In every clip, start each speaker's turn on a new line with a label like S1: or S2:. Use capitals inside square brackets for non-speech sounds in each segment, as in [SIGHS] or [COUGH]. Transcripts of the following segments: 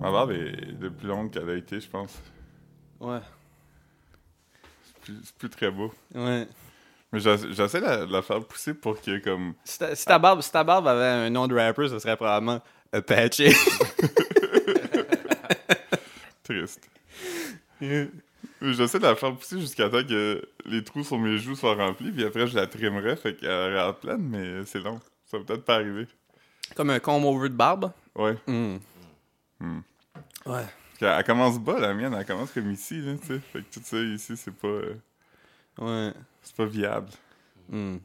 S1: va, mais de plus longue qu'elle a été, je pense.
S2: Ouais.
S1: C'est plus, c'est plus très beau.
S2: Ouais.
S1: Mais j'essa- j'essaie de la, de la faire pousser pour qu'il y ait comme.
S2: Si ta, si ta barbe, si ta barbe avait un nom de rapper, ce serait probablement Apache. [LAUGHS]
S1: Triste. Mais J'essaie de la faire pousser jusqu'à temps que les trous sur mes joues soient remplis, puis après je la trimerais, fait qu'elle aurait la pleine, mais c'est long. Ça va peut-être pas arriver.
S2: Comme un comb over de barbe.
S1: Ouais. Hmm.
S2: Ouais.
S1: Parce qu'elle- Elle commence bas, la mienne, elle commence comme ici, là, tu sais. Fait que tout ça ici, c'est pas, euh,
S2: Ouais.
S1: c'est pas viable.
S2: Hmm.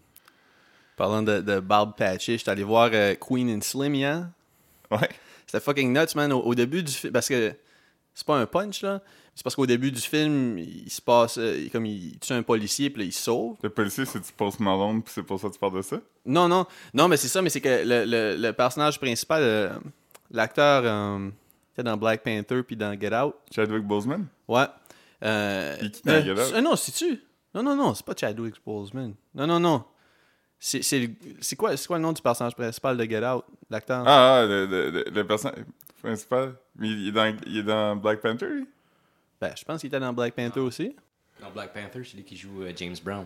S2: Parlant de, de barbe patchée, j'étais allé voir euh, Queen and Slim hier.
S1: Ouais.
S2: C'était fucking nuts, man. Au, au début du film, parce que c'est pas un punch, là. C'est parce qu'au début du film, il se passe, euh, comme il tue un policier, puis là, il se sauve.
S1: Le policier, c'est du post Malone, puis c'est pour ça que tu parles de ça?
S2: Non, non, non, mais c'est ça, mais c'est que le, le- le personnage principal, euh, l'acteur, euh, était dans Black Panther, puis dans Get Out.
S1: Chadwick Boseman?
S2: Ouais. Euh,
S1: Il est qui dans
S2: euh,
S1: Get Out?
S2: euh, non, c'est-tu? Non, non, non, c'est pas Chadwick Boseman. Non, non, non. C'est c'est le- c'est quoi, c'est quoi le nom du personnage principal de Get Out, l'acteur?
S1: Ah, ah, le, le, le- le personnage principal. Mais il est dans, il est dans Black Panther, lui?
S2: Ben, je pense qu'il était dans Black Panther aussi.
S3: Dans Black Panther, c'est lui qui joue euh, James Brown.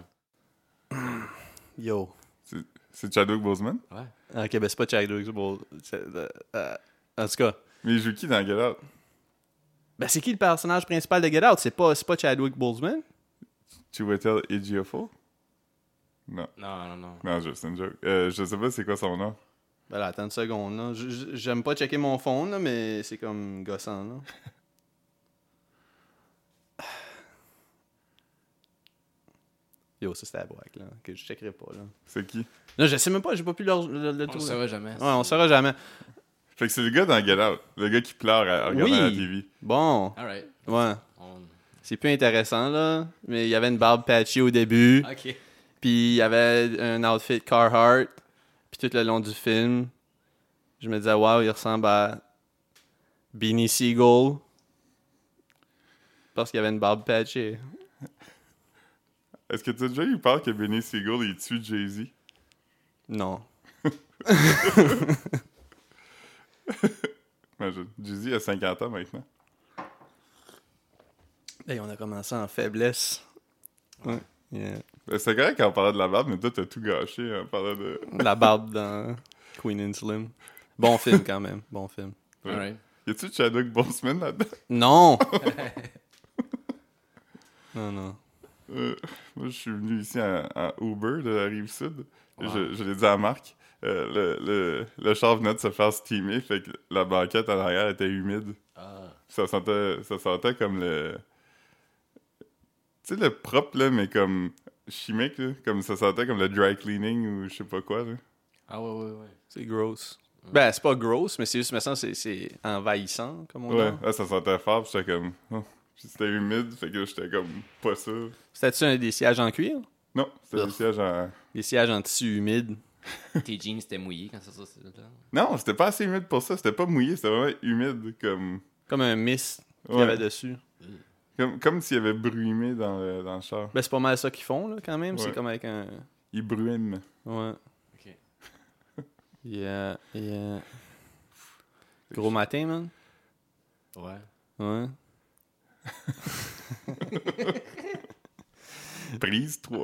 S2: Yo.
S1: C'est- C'est Chadwick Boseman?
S3: Ouais.
S2: Ah, Ok, ben c'est pas Chadwick Boseman. c'est, euh, euh, en tout cas,
S1: Mais il joue qui dans Get Out?
S2: ben c'est qui le personnage principal de Get Out? C'est pas, c'est pas Chadwick Boseman?
S1: Chiwetel Ejiofor? Non.
S3: Non, non, non.
S1: Non, juste une joke. Euh, je sais pas c'est quoi son nom.
S2: Ben là, attends une seconde, là. J- j- J'aime pas checker mon phone, là, mais c'est comme gossant, là. [SIGHS] Yo, ça c'était à braque, là, que je checkerai pas, là.
S1: C'est qui?
S2: Non, je sais même pas, j'ai pas pu leur- le, le,
S3: On le
S2: trouver.
S3: saura jamais.
S2: Ouais, on saura jamais.
S1: Fait que c'est le gars dans Get Out. Le gars qui pleure à- en regardant
S2: Oui.
S1: la TV.
S2: Bon,
S3: Alright.
S2: ouais, [LAUGHS]
S3: On...
S2: c'est plus intéressant, là, mais il y avait une barbe patchée au début.
S3: Ok.
S2: Puis il y avait un outfit Carhartt. Puis tout le long du film, je me disais, waouh, il ressemble à Beanie Siegel. Parce qu'il y avait une barbe patchée.
S1: Est-ce que tu as déjà eu peur que Benny Siegel il tue Jay-Z?
S2: Non.
S1: Imagine. Jay-Z a 50 ans maintenant.
S2: Hey, on a commencé en faiblesse. Ouais. Yeah.
S1: Ben, C'est correct quand on parlait de la barbe, mais toi t'as tout gâché hein, en parlant de.
S2: La barbe dans Queen and Slim. [LAUGHS] Bon film quand même. Bon film.
S1: Ouais.
S3: Alright.
S1: Y a-tu Chadwick Boseman là-dedans?
S2: Non! [LAUGHS] non, non.
S1: Euh, moi, je suis venu ici en, en Uber de la rive sud. Et
S3: Wow.
S1: Je, je l'ai dit à Marc. euh, le, le, le char venait de se faire steamer, fait que la banquette en arrière était humide.
S3: Ah.
S1: Ça sentait, ça sentait comme le. Tu sais, le propre, là, mais comme chimique, là. Comme ça sentait comme le dry cleaning ou je sais pas quoi, là.
S3: Ah ouais, ouais, ouais.
S2: C'est gross. Ben, c'est pas gross, mais c'est juste, me semble, c'est- c'est envahissant, comme on
S1: Ouais,
S2: dit.
S1: ah, ça sentait fort, puis j'étais comme. oh. Puis c'était humide, fait que j'étais comme pas sûr.
S2: C'était-tu un des sièges en cuir?
S1: Non, c'était le
S2: Ouf.
S1: siège en.
S2: Des sièges en tissu humide.
S3: [LAUGHS] Tes jeans étaient mouillés quand ça sortait de là.
S1: Non, c'était pas assez humide pour ça, c'était pas mouillé, c'était vraiment humide, comme.
S2: Comme un mist qu'il y
S1: Ouais.
S2: avait dessus.
S1: Comme, comme s'il avait brumé dans le, dans le char.
S2: Ben, c'est pas mal ça qu'ils font, là, quand même. C'est
S1: Ouais.
S2: comme avec un.
S1: Il brume.
S2: Ouais.
S3: Ok.
S2: Yeah, yeah. Gros matin, man.
S3: Ouais.
S2: Ouais.
S1: Prise 3.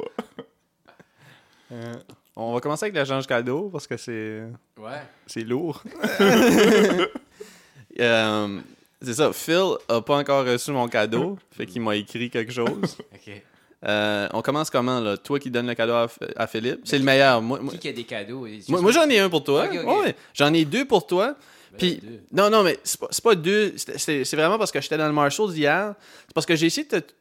S2: Euh, on va commencer avec l'échange cadeau parce que c'est.
S3: Ouais.
S1: [LAUGHS]
S2: C'est lourd. Euh, c'est ça. Phil a pas encore reçu mon cadeau. Fait qu'il m'a écrit
S1: [LAUGHS]
S2: quelque chose.
S3: Ok.
S2: Euh, on commence comment, là? Toi qui donnes le cadeau à, à Philippe. C'est le meilleur. Moi, moi-
S3: Qui qui a des cadeaux? et-
S2: Moi, moi, j'en ai un pour toi.
S3: Ok, ok.
S2: Ouais, j'en ai deux pour toi.
S3: Ben,
S2: Puis,
S3: deux.
S2: non, non, mais c'est pas, c'est pas deux. C'est- C'est c'est vraiment parce que j'étais dans le Marshalls hier. C'est parce que j'ai essayé de te.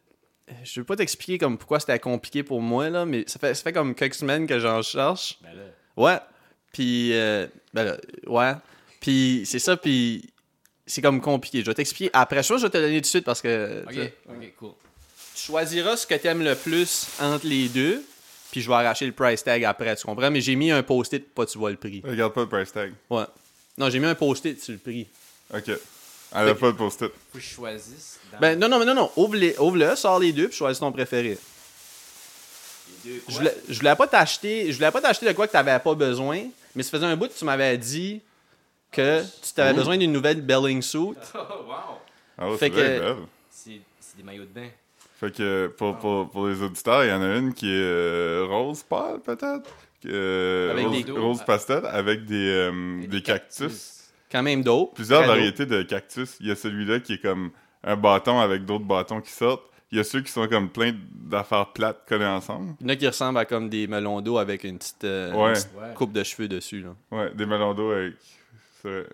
S2: Je veux pas t'expliquer comme pourquoi c'était compliqué pour moi, là, mais ça fait, ça fait comme quelques semaines que j'en cherche.
S3: Ben là.
S2: Ouais. Puis, euh, ben là, ouais. Puis, c'est ça, puis c'est comme compliqué. Je vais t'expliquer après. Je pense que je vais te le donner tout de suite parce que. tu
S3: Ok,
S2: sais,
S3: ok, cool.
S2: tu choisiras ce que t'aimes le plus entre les deux, puis je vais arracher le price tag après, tu comprends? Mais j'ai mis un post-it pour pas que tu vois le prix.
S1: Regarde pas le price tag.
S2: Ouais. Non, j'ai mis un post-it sur le prix.
S1: Ok. Elle a pas de post-it.
S3: Faut que je choisisse
S1: Ah.
S3: dans
S2: Ben non, non, mais non, non. Ouvre-le, ouvre-le, sors les deux, puis choisis ton préféré.
S3: les deux.
S2: Je
S3: Quoi?
S2: voulais, je voulais pas t'acheter. Je voulais pas t'acheter de quoi que t'avais pas besoin, mais ça faisait un bout que tu m'avais dit que tu t'avais
S1: Mmh.
S2: besoin d'une nouvelle belling suit.
S3: [LAUGHS] Oh, wow!
S1: Ah ouais,
S2: Fait
S1: c'est vrai,
S2: que-
S1: belle.
S3: C'est c'est des maillots de bain.
S1: Fait que pour, pour, pour les auditeurs, il y en a une qui est euh, rose pâle, peut-être? Que, euh,
S2: Avec
S1: rose,
S3: des-
S1: rose pastel, avec des, euh,
S3: Et
S1: des cactus.
S2: Quand même dope.
S1: Plusieurs
S2: Cadeau.
S1: variétés de cactus. Il y a celui-là qui est comme un bâton avec d'autres bâtons qui sortent. Il y a ceux qui sont comme plein d'affaires plates collées ensemble.
S2: Il y en a qui ressemblent à comme des melons d'eau avec une petite, euh, une
S1: Ouais.
S2: petite
S3: Ouais.
S2: coupe de cheveux dessus. là.
S1: Ouais, des melons d'eau avec. c'est vrai.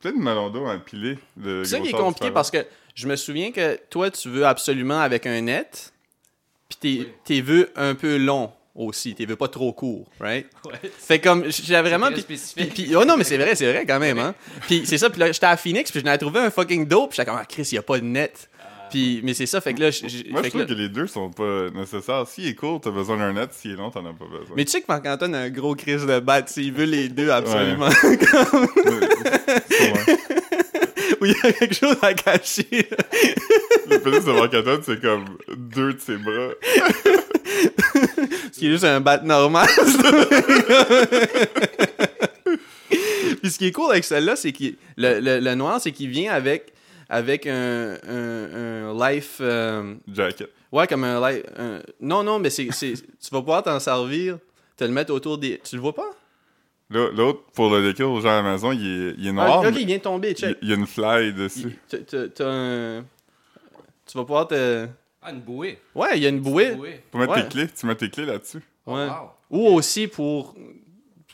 S1: Plein de melons d'eau empilés. de
S2: C'est ça qui est
S1: grosseur
S2: compliqué
S1: différente.
S2: parce que je me souviens que toi, tu veux absolument avec un net, puis tes,
S3: Oui.
S2: tes vœux un peu longs aussi. Tes vœux pas trop courts, right?
S3: Ouais.
S2: Fait comme, j'avais vraiment.
S3: très
S2: puis-
S3: spécifique.
S2: puis- puis- oh non, mais c'est vrai, c'est vrai quand même, hein. Puis c'est ça, puis là, j'étais à Phoenix, puis je n'avais trouvé un fucking dope, puis j'étais comme, ah, Chris, il a pas de net. Puis, mais c'est ça, fait que là. j- j-
S1: Moi,
S2: fait
S1: je
S2: que là-
S1: trouve que les deux sont pas nécessaires. S'il est court, t'as besoin d'un net. S'il est long, t'en as pas besoin.
S2: Mais tu sais que Marc-Antoine a un gros crise de batte, tu sais, il veut les deux absolument.
S1: [LAUGHS] Ouais.
S2: [LAUGHS] Ou il y a quelque chose à cacher. là.
S1: Le pénis de Marc-Antoine, c'est comme deux de ses bras.
S2: Ce qui est juste un bat normal. [LAUGHS] Puis ce qui est cool avec celle-là, c'est que le, le- le noir, c'est qu'il vient avec, avec un, un- un life. euh,
S1: Jacket.
S2: ouais, comme un life. un- non, non, mais c'est, c'est- tu vas pouvoir t'en servir, te le mettre autour des. Tu le vois pas?
S1: Là, L'autre, pour le décrire aux gens à la maison, il est, il est
S2: Ah,
S1: noir.
S2: ok,
S1: mais
S2: il vient de tomber, check.
S1: il, il y a une fly
S2: Il-
S1: dessus.
S2: t'as- t'as- t'as un- Tu vas pouvoir te.
S3: Ah, une bouée.
S2: Ouais, il y a une
S3: Une
S2: bouée.
S3: bouée.
S1: Pour mettre
S2: Ouais.
S1: tes clés, tu mets tes clés là-dessus.
S3: Oh,
S2: Ouais.
S3: wow.
S2: Ou aussi pour,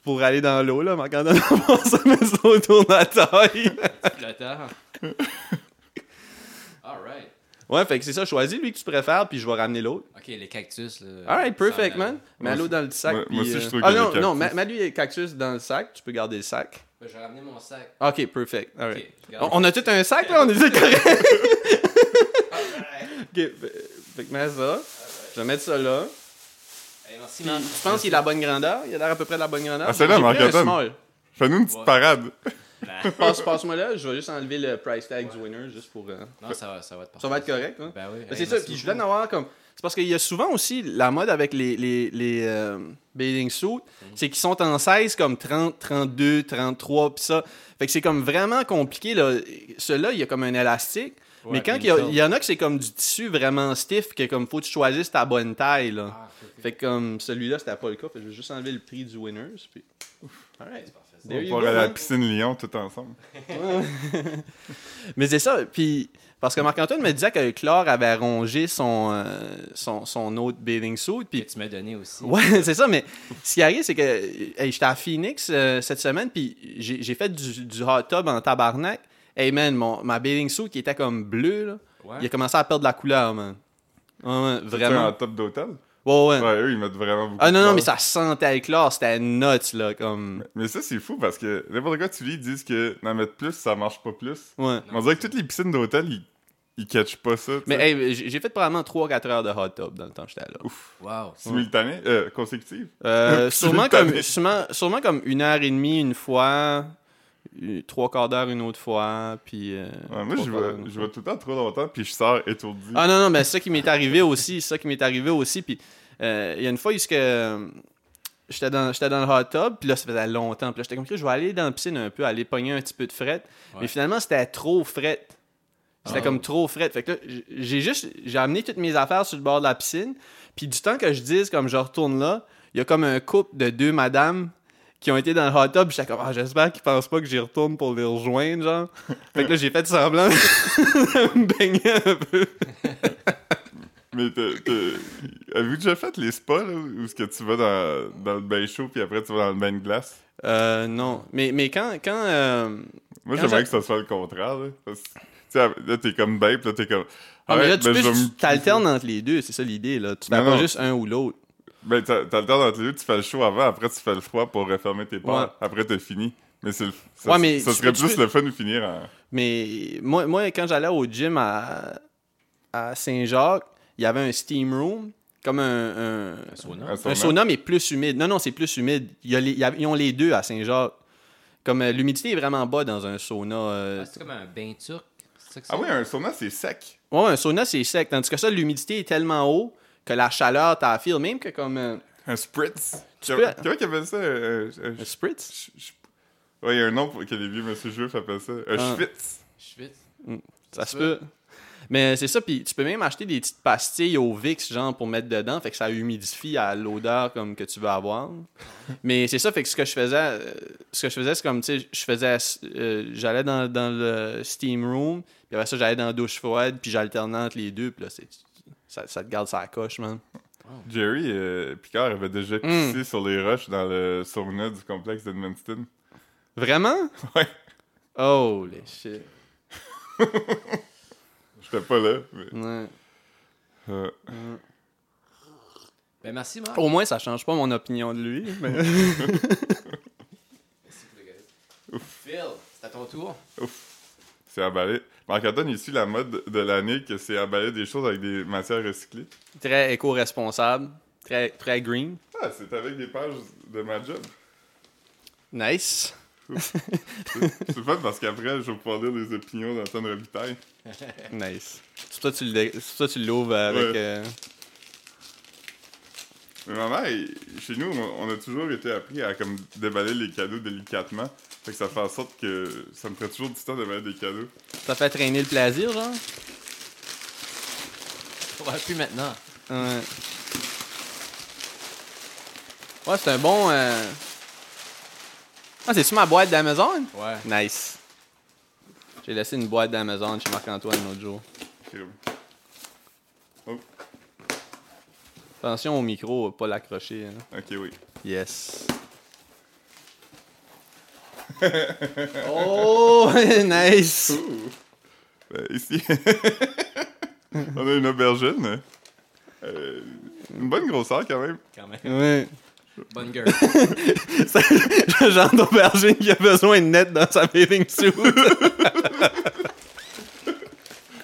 S2: pour aller dans l'eau, là, mais quand [LAUGHS] on ça met ça autour de la
S1: [LAUGHS]
S2: taille. [LAUGHS]
S3: Flottant. hein. All right.
S2: ouais, fait que c'est ça, choisis lui que tu préfères, puis je vais ramener l'autre.
S3: OK, les cactus, là.
S2: Alright, perfect,
S3: ça,
S2: man.
S3: là.
S2: Mets
S1: Moi
S2: l'eau
S1: aussi-
S2: dans le sac.
S1: moi-
S2: puis,
S1: moi aussi,
S2: euh,
S1: je trouve
S2: Ah
S1: que
S2: non,
S1: le
S2: non, mets,
S1: cactus-
S2: mets lui les cactus dans le sac, tu peux garder le sac.
S3: Ben, J'ai ramené mon sac.
S2: Ok, perfect. All right.
S3: OK, je garde.
S2: On, on a tout un sac, là, on est tout correct. ok, ben, fait que mets ça. Je vais mettre ça là.
S3: Hey, merci,
S2: Puis, [LAUGHS]
S3: man.
S2: tu penses qu'il a la bonne grandeur? Il a l'air à peu près de la bonne grandeur.
S1: Ah, celle-là,
S2: J'ai pris un
S1: Marc-Antoine.
S2: small.
S1: Fais-nous une petite
S3: Ouais.
S1: parade.
S3: Ben,
S2: Passe- Passe-moi là, je vais juste enlever le price tag du winner juste pour. euh,
S3: non, ça va, ça va être parfait.
S2: Ça va être correct, hein?
S3: Ben oui.
S2: Ben,
S3: Hey,
S2: c'est ça,
S3: merci
S2: puis je voulais
S3: beaucoup.
S2: en avoir comme. C'est parce qu'il y a souvent aussi la mode avec les, les, les euh, bathing suits, c'est qu'ils sont en 16 comme 30, 32, 33, puis ça. Fait que c'est comme vraiment compliqué. Là. Ceux-là, il y a comme un élastique.
S3: Ouais,
S2: mais quand
S3: une
S2: il y, a-
S3: corde.
S2: il y en a que c'est comme du tissu vraiment stiff, que comme faut que tu choisisses ta bonne taille. Là.
S3: Ah, ok, ok.
S2: Fait que comme celui-là, c'était pas le cas. Fait que je vais juste enlever le prix du winner. Puis... Alright.
S3: C'est parfait, ça.
S1: On
S2: There
S1: va
S2: you
S1: pouvoir
S2: go,
S1: aller à la
S2: man.
S1: piscine Lyon tout ensemble.
S2: Mais c'est ça, puis parce que Marc-Antoine me disait que Clore avait rongé son, euh, son, son autre bathing suit,
S3: Que
S2: puis
S3: tu m'as donné aussi.
S2: ouais, [LAUGHS] c'est ça, mais ce qui arrive, c'est que hey, j'étais à Phoenix euh, cette semaine, puis j'ai j'ai fait du, du hot tub en tabarnak. Hey man, mon, ma bathing suit qui était comme bleue, là,
S3: Ouais.
S2: il a commencé à perdre de la couleur, man. Ouais, ouais,
S1: Vraiment.
S2: vraiment.
S1: en top d'hôtel.
S2: Ouais, ouais.
S1: Ouais, eux, ils mettent vraiment beaucoup
S2: Ah non,
S1: de fleurs.
S2: non, mais ça sentait le chlore, c'était nuts, là, comme.
S1: Mais ça, c'est fou parce que n'importe quoi, tu lis, ils disent que d'en mettre plus, ça marche pas plus.
S2: Ouais.
S1: On dirait que toutes les piscines d'hôtel, ils, ils catchent pas ça. tu
S2: Mais
S1: sais.
S2: hey, j'ai j'ai fait probablement 3-4 heures de hot tub dans le temps que j'étais là.
S3: Wow.
S1: Simultané, euh, consécutive.
S2: Euh, sûrement, comme,
S1: Simultané.
S2: sûrement, sûrement comme une heure et demie une fois, euh, trois quarts d'heure une autre fois, puis... euh,
S1: Ouais, moi,
S2: trois
S1: je
S2: quarts d'heure une
S1: vais,
S2: autre
S1: je vais tout le temps trop longtemps, puis je sors étourdi.
S2: ah non, non, mais ça qui m'est arrivé aussi, ça qui m'est arrivé aussi. Puis euh, il y a une fois, où ce que, euh, j'étais dans, j'étais dans le hot tub, puis là, ça faisait longtemps. Puis là, j'étais comme, je vais aller dans la piscine un peu, aller pogner un petit peu de fret.
S3: Ouais.
S2: Mais finalement, c'était trop fret. C'était
S3: Ah.
S2: comme trop fret. Fait que là, j- j'ai juste, j'ai amené toutes mes affaires sur le bord de la piscine. Puis du temps que je dise, comme je retourne là, il y a comme un couple de deux madames qui ont été dans le hot tub. puis J'étais comme, ah, j'espère qu'ils pensent pas que j'y retourne pour les rejoindre,
S3: [LAUGHS]
S2: genre. Fait que là, j'ai fait semblant de [LAUGHS] me baigner un peu.
S1: Mais t'as- t'as- avez-vous déjà fait les spas, là, où ce que tu vas dans, dans le bain chaud, puis après tu vas dans le bain de glace?
S2: Euh, non. Mais, mais quand. quand euh,
S1: Moi,
S2: Quand
S1: j'aimerais
S2: j'a-
S1: que ça soit le contraire, là. Parce que, tu sais, là, t'es comme bain, puis là, t'es comme...
S2: ah, mais là,
S1: Alright,
S2: tu
S1: ben, je
S2: peux-
S1: vais me-
S2: tu t'alternes entre les deux, c'est ça l'idée. là. Tu fais
S1: Non,
S2: pas
S1: non.
S2: juste un ou l'autre.
S1: Ben, t'as t'as le temps d'entre les deux, tu fais le chaud avant, après tu fais le froid pour refermer tes pores,
S2: Ouais.
S1: après t'as fini. Mais c'est le- ça,
S2: Ouais, mais
S1: ça
S2: tu
S1: serait
S2: peux- tu
S1: plus
S2: peux-
S1: le fun de finir en...
S2: Mais moi, moi quand j'allais au gym à, à Saint-Jacques, il y avait un steam room, comme un, un,
S3: Un sauna.
S1: en
S2: un
S1: sauna.
S2: sauna, mais plus humide. Non, non, c'est plus humide. Il y a les- il y a- ils ont les deux à Saint-Jacques. Comme euh, l'humidité est vraiment bas dans un sauna. euh,
S3: Ah, c'est comme un bain turc. C'est ça que
S1: Ah
S3: c'est?
S1: oui, un sauna, c'est sec.
S2: Ouais, un sauna, c'est sec. Tandis que ça, l'humidité est tellement haut que la chaleur t'affile. Même que comme euh,
S1: Un spritz.
S2: peux-
S1: Comment comment qu'ils appellent ça? euh, euh,
S2: un spritz.
S1: Je- je- Ouais, il y a un nom pour- que les vieux monsieur juifs appellent ça. Un
S2: Ah.
S1: schwitz.
S3: Schwitz.
S2: Ça
S3: C'est
S2: se
S3: ça.
S2: peut. Mais c'est ça, puis tu peux même acheter des petites pastilles au VIX, genre, pour mettre dedans, fait que ça humidifie à l'odeur comme que tu veux [LAUGHS] avoir. Mais c'est ça, fait que ce que je faisais, euh, ce que je faisais, c'est comme, tu sais, je faisais, euh, j'allais dans, dans le steam room, puis après ça, j'allais dans la douche froide, puis j'alternais entre les deux, puis là, c'est, ça, ça te garde sa coche, man.
S1: Jerry euh, Picard avait
S2: Hmm.
S1: déjà pissé sur les roches dans le sauna du complexe d'Edmundston. [LAUGHS]
S2: Vraiment?
S1: Ouais.
S2: Holy shit.
S1: J'étais pas là, mais...
S2: Ouais.
S1: euh,
S3: Ben merci, Marc.
S2: Au moins, ça change pas mon opinion de lui, mais... [LAUGHS]
S3: Merci pour le gars. Phil, c'est à ton tour.
S1: c'est emballé. Marc-Antoine, il suit la mode de l'année que c'est emballer des choses avec des matières recyclées.
S2: très éco-responsable, très, très green.
S1: Ah, c'est avec des pages de ma job.
S2: Nice.
S1: C'est fun parce qu'après, je vais pouvoir lire les opinions d'Antoine Robitaille.
S2: Nice. C'est pour ça que tu le dé- c'est pour ça que tu l'ouvres avec.
S1: Ouais.
S2: euh,
S1: Mais ma mère, elle- chez nous, on on a toujours été appris à comme déballer les cadeaux délicatement. Fait que ça fait en sorte que ça me prend toujours du temps de déballer des cadeaux.
S2: Ça fait traîner le plaisir, genre.
S3: On va plus maintenant.
S2: Ouais. Ouais, c'est un bon. euh, Ah, c'est-tu ma boîte d'Amazon?
S3: Ouais.
S2: Nice. J'ai laissé une boîte d'Amazon chez Marc-Antoine l'autre jour.
S1: Crime. Oh,
S2: Attention au micro, pas l'accrocher. hein.
S1: ok, oui.
S2: Yes. [LAUGHS] oh, [LAUGHS] nice.
S1: Ouh. Ben, ici, [LAUGHS] on a une aubergine. Euh, une bonne grosseur quand même.
S3: Quand même.
S2: Ouais.
S3: Bonne gueule. [LAUGHS]
S2: [LAUGHS] C'est le genre d'aubergine qui a besoin de net dans sa bathing suit.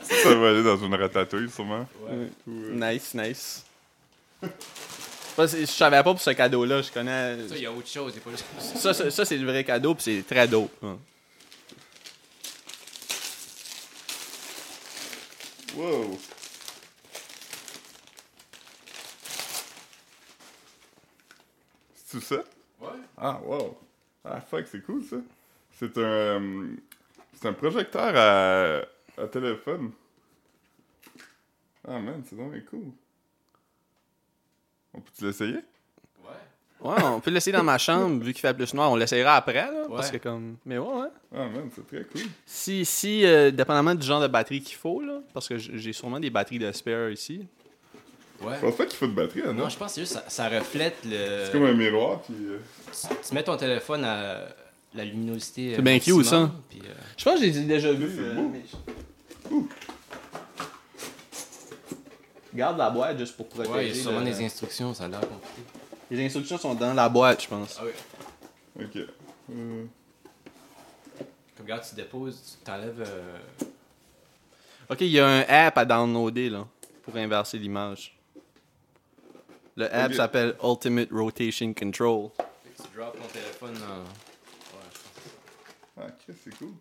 S1: Ça va aller dans une ratatouille, sûrement.
S3: Ouais.
S2: [LAUGHS] nice, nice. Pas- c'est- Je savais pas pour ce cadeau-là, je connais.
S3: Ça, il y a autre chose. Il pas juste.
S2: Ça, ça, ça, c'est le vrai cadeau, puis c'est très dope. hein.
S1: Wow! C'est tout ça?
S3: Ouais.
S1: Ah, wow! Ah, fuck, c'est cool ça! C'est un. euh, c'est un projecteur à, à téléphone. Ah, man, c'est donc bien cool! On peut-tu l'essayer?
S3: Ouais.
S2: Ouais, on peut le laisser dans ma chambre, vu qu'il fait plus noir. On l'essayera après, là. Parce que
S3: Ouais.
S2: comme... Mais ouais, ouais.
S1: Ah, man, c'est très cool!
S2: Si, si euh, dépendamment du genre de batterie qu'il faut, là, parce que j- j'ai sûrement des batteries de spare ici.
S3: Ouais.
S1: Je pense pas qu'il faut de batterie, là, non?
S3: Non, je pense que c'est juste ça, ça reflète le.
S1: C'est comme un miroir, puis. euh,
S3: Tu, tu mets ton téléphone à la luminosité. euh,
S2: C'est bien cute,
S3: maximum,
S2: ça.
S3: Puis, euh,
S2: Je pense que j'ai déjà vu.
S1: C'est
S2: euh,
S1: beau.
S2: mais je- Garde la boîte juste pour protéger.
S3: ouais, il y a sûrement
S2: le-
S3: des instructions, ça a l'air compliqué.
S2: Les instructions sont dans la boîte, je pense.
S3: Ah oui.
S1: Ok. Euh,
S3: Comme regarde, tu déposes, tu t'enlèves. euh,
S2: Ok, il y a un app à downloader là, pour inverser l'image. Le app
S1: Ok.
S2: s'appelle Ultimate Rotation Control.
S3: fait que Tu drops ton téléphone dans. Ouais, je pense que
S1: Ah, Chris, c'est cool!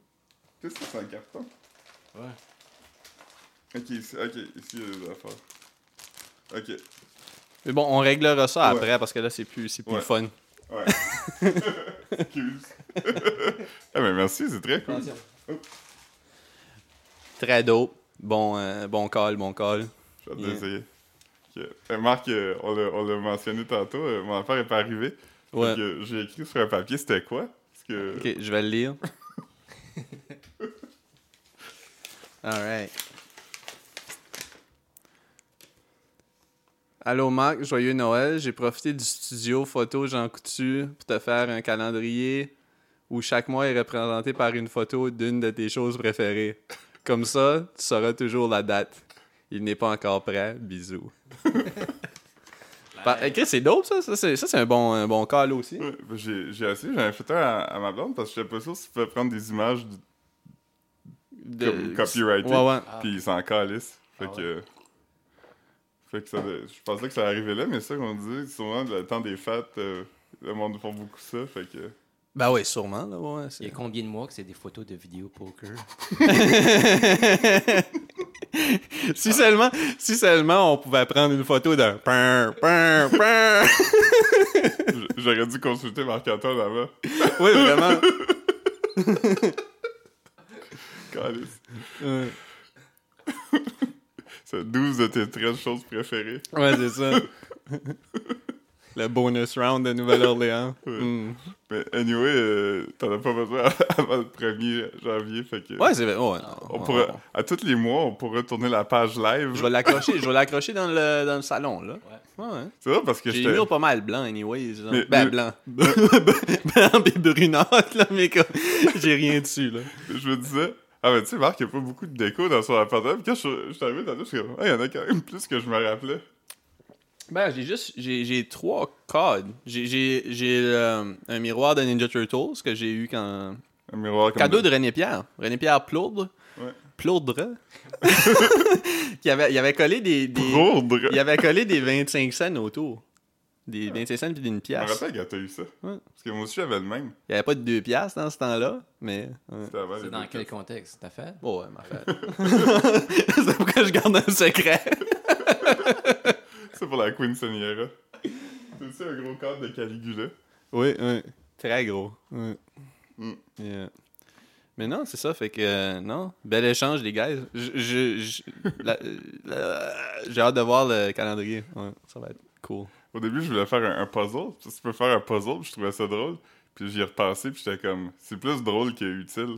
S1: Qu'est-ce que c'est un carton?
S3: c'est- Ouais.
S1: Ok, ici, ok, ici, euh, il y a des affaires. Ok,
S2: Mais bon, on réglera ça
S1: Ouais.
S2: après parce que là, c'est plus, c'est plus
S1: Ouais.
S2: fun.
S1: ouais. [LAUGHS]
S2: [LAUGHS]
S1: Excuse. ah, mais merci, c'est très cool.
S2: Très dope. Bon, euh, bon call, bon call.
S1: J'ai hâte
S2: Yeah.
S1: d'essayer. Ok. Euh, Marc, euh, on l'a- on l'a mentionné tantôt, euh, mon affaire est pas arrivée.
S2: Ouais.
S1: Fait que J'ai écrit sur un papier, c'était quoi? Parce que...
S2: Ok, je vais le lire. Alright. Allô Marc, joyeux Noël. J'ai profité du studio photo Jean Coutu pour te faire un calendrier où chaque mois est représenté par une photo d'une de tes choses préférées. Comme ça, tu sauras toujours la date. Il n'est pas encore prêt.
S1: [LAUGHS]
S2: Bisous. Par- Eh, Chris, c'est dope ça. Ça, c'est ça, c'est un bon, un bon call aussi.
S1: Ouais, ben, J'ai j'ai essayé, j'en ai fait un à, à ma blonde parce que j'étais pas sûr si tu pouvais prendre des images du-
S2: De...
S1: Comme copyrighté.
S2: Euh, Ouais, ouais.
S3: Ah.
S1: puis ils s'en calissent. Fait
S3: Ah ouais.
S1: que... Fait que ça... de- Je pensais que ça arrivait là, mais c'est ça qu'on dit, souvent, le temps des fêtes, euh, le monde font beaucoup ça, fait que...
S2: Ben oui, sûrement. Là, ouais, c'est- [LAUGHS]
S3: Il y a combien de mois que c'est des photos de vidéo poker
S2: si seulement, si seulement on pouvait prendre une photo d'un pin, pin, pin. [LAUGHS]
S1: [LAUGHS] J- J'aurais dû consulter Marc-Antoine avant.
S2: Oui, vraiment.
S1: Calice.
S2: Ouais,
S1: C'est 12 de tes 13 choses préférées.
S2: Ouais, c'est ça. Le bonus round de Nouvelle-Orléans.
S1: Ouais.
S2: Mm.
S1: Mais anyway, euh, t'en as pas besoin [LAUGHS] avant le 1er janvier. Fait que
S2: Ouais, c'est vrai. Ouais, non.
S1: on pourra, à tous les mois, on pourra tourner la page live.
S2: Je vais l'accrocher, je vais l'accrocher dans le, dans le salon, là. Ouais. ouais.
S1: C'est vrai parce que
S2: J'ai
S1: j'étais.
S2: les murs pas mal blancs, anyways. genre.
S1: Mais-
S2: ben,
S1: mais-
S2: blanc. [LAUGHS] blanc pis brunâtre, là, mais comme, j'ai rien dessus, là.
S1: je me disais, ah, mais tu sais, Marc, il n'y a pas beaucoup de déco dans son appartement. Puis quand je, je suis arrivé dans le je suis comme, ah, il y en a quand même plus que je me rappelais.
S2: Ben, j'ai juste, j'ai, j'ai trois codes. J'ai, j'ai, j'ai euh, un miroir de Ninja Turtles que j'ai eu quand.
S1: Un miroir comme
S2: Cadeau de René Pierre. René Pierre Plourdre.
S1: Ouais.
S2: [LAUGHS] Plourdre. il, avait, il avait collé des. des-
S1: Rourdre.
S2: il avait collé des 25 cents autour. Des 25 cents puis d'une
S1: Ah. Je me
S2: pièce.
S1: rappelle quand t'as eu ça.
S2: Ouais.
S1: Parce que moi aussi, j'avais le même.
S2: Il n'y avait pas de deux pièces dans ce temps-là, mais. ouais.
S1: C'était avant les
S3: C'est dans
S1: deux
S3: quel
S1: pièces.
S3: contexte T'as fait
S2: Oh, ouais, ma fête. [LAUGHS] C'est pourquoi je garde un secret.
S1: C'est pour la Queen
S3: [LAUGHS]
S1: Seniera. C'est aussi un gros cadre de Caligula.
S2: Oui, oui. Très gros. Oui.
S1: Mm.
S2: Yeah. Mais non, c'est ça, fait que euh, non. Bel échange, les gars. Je- je- je- la- la- J'ai hâte de voir le calendrier. Ouais, ça va être cool.
S1: Au début, je voulais faire un, un puzzle. Tu sais, tu peux faire un puzzle, puis je trouvais ça drôle. Puis j'y ai repensé, puis j'étais comme, c'est plus drôle que
S2: [LAUGHS]
S1: utile.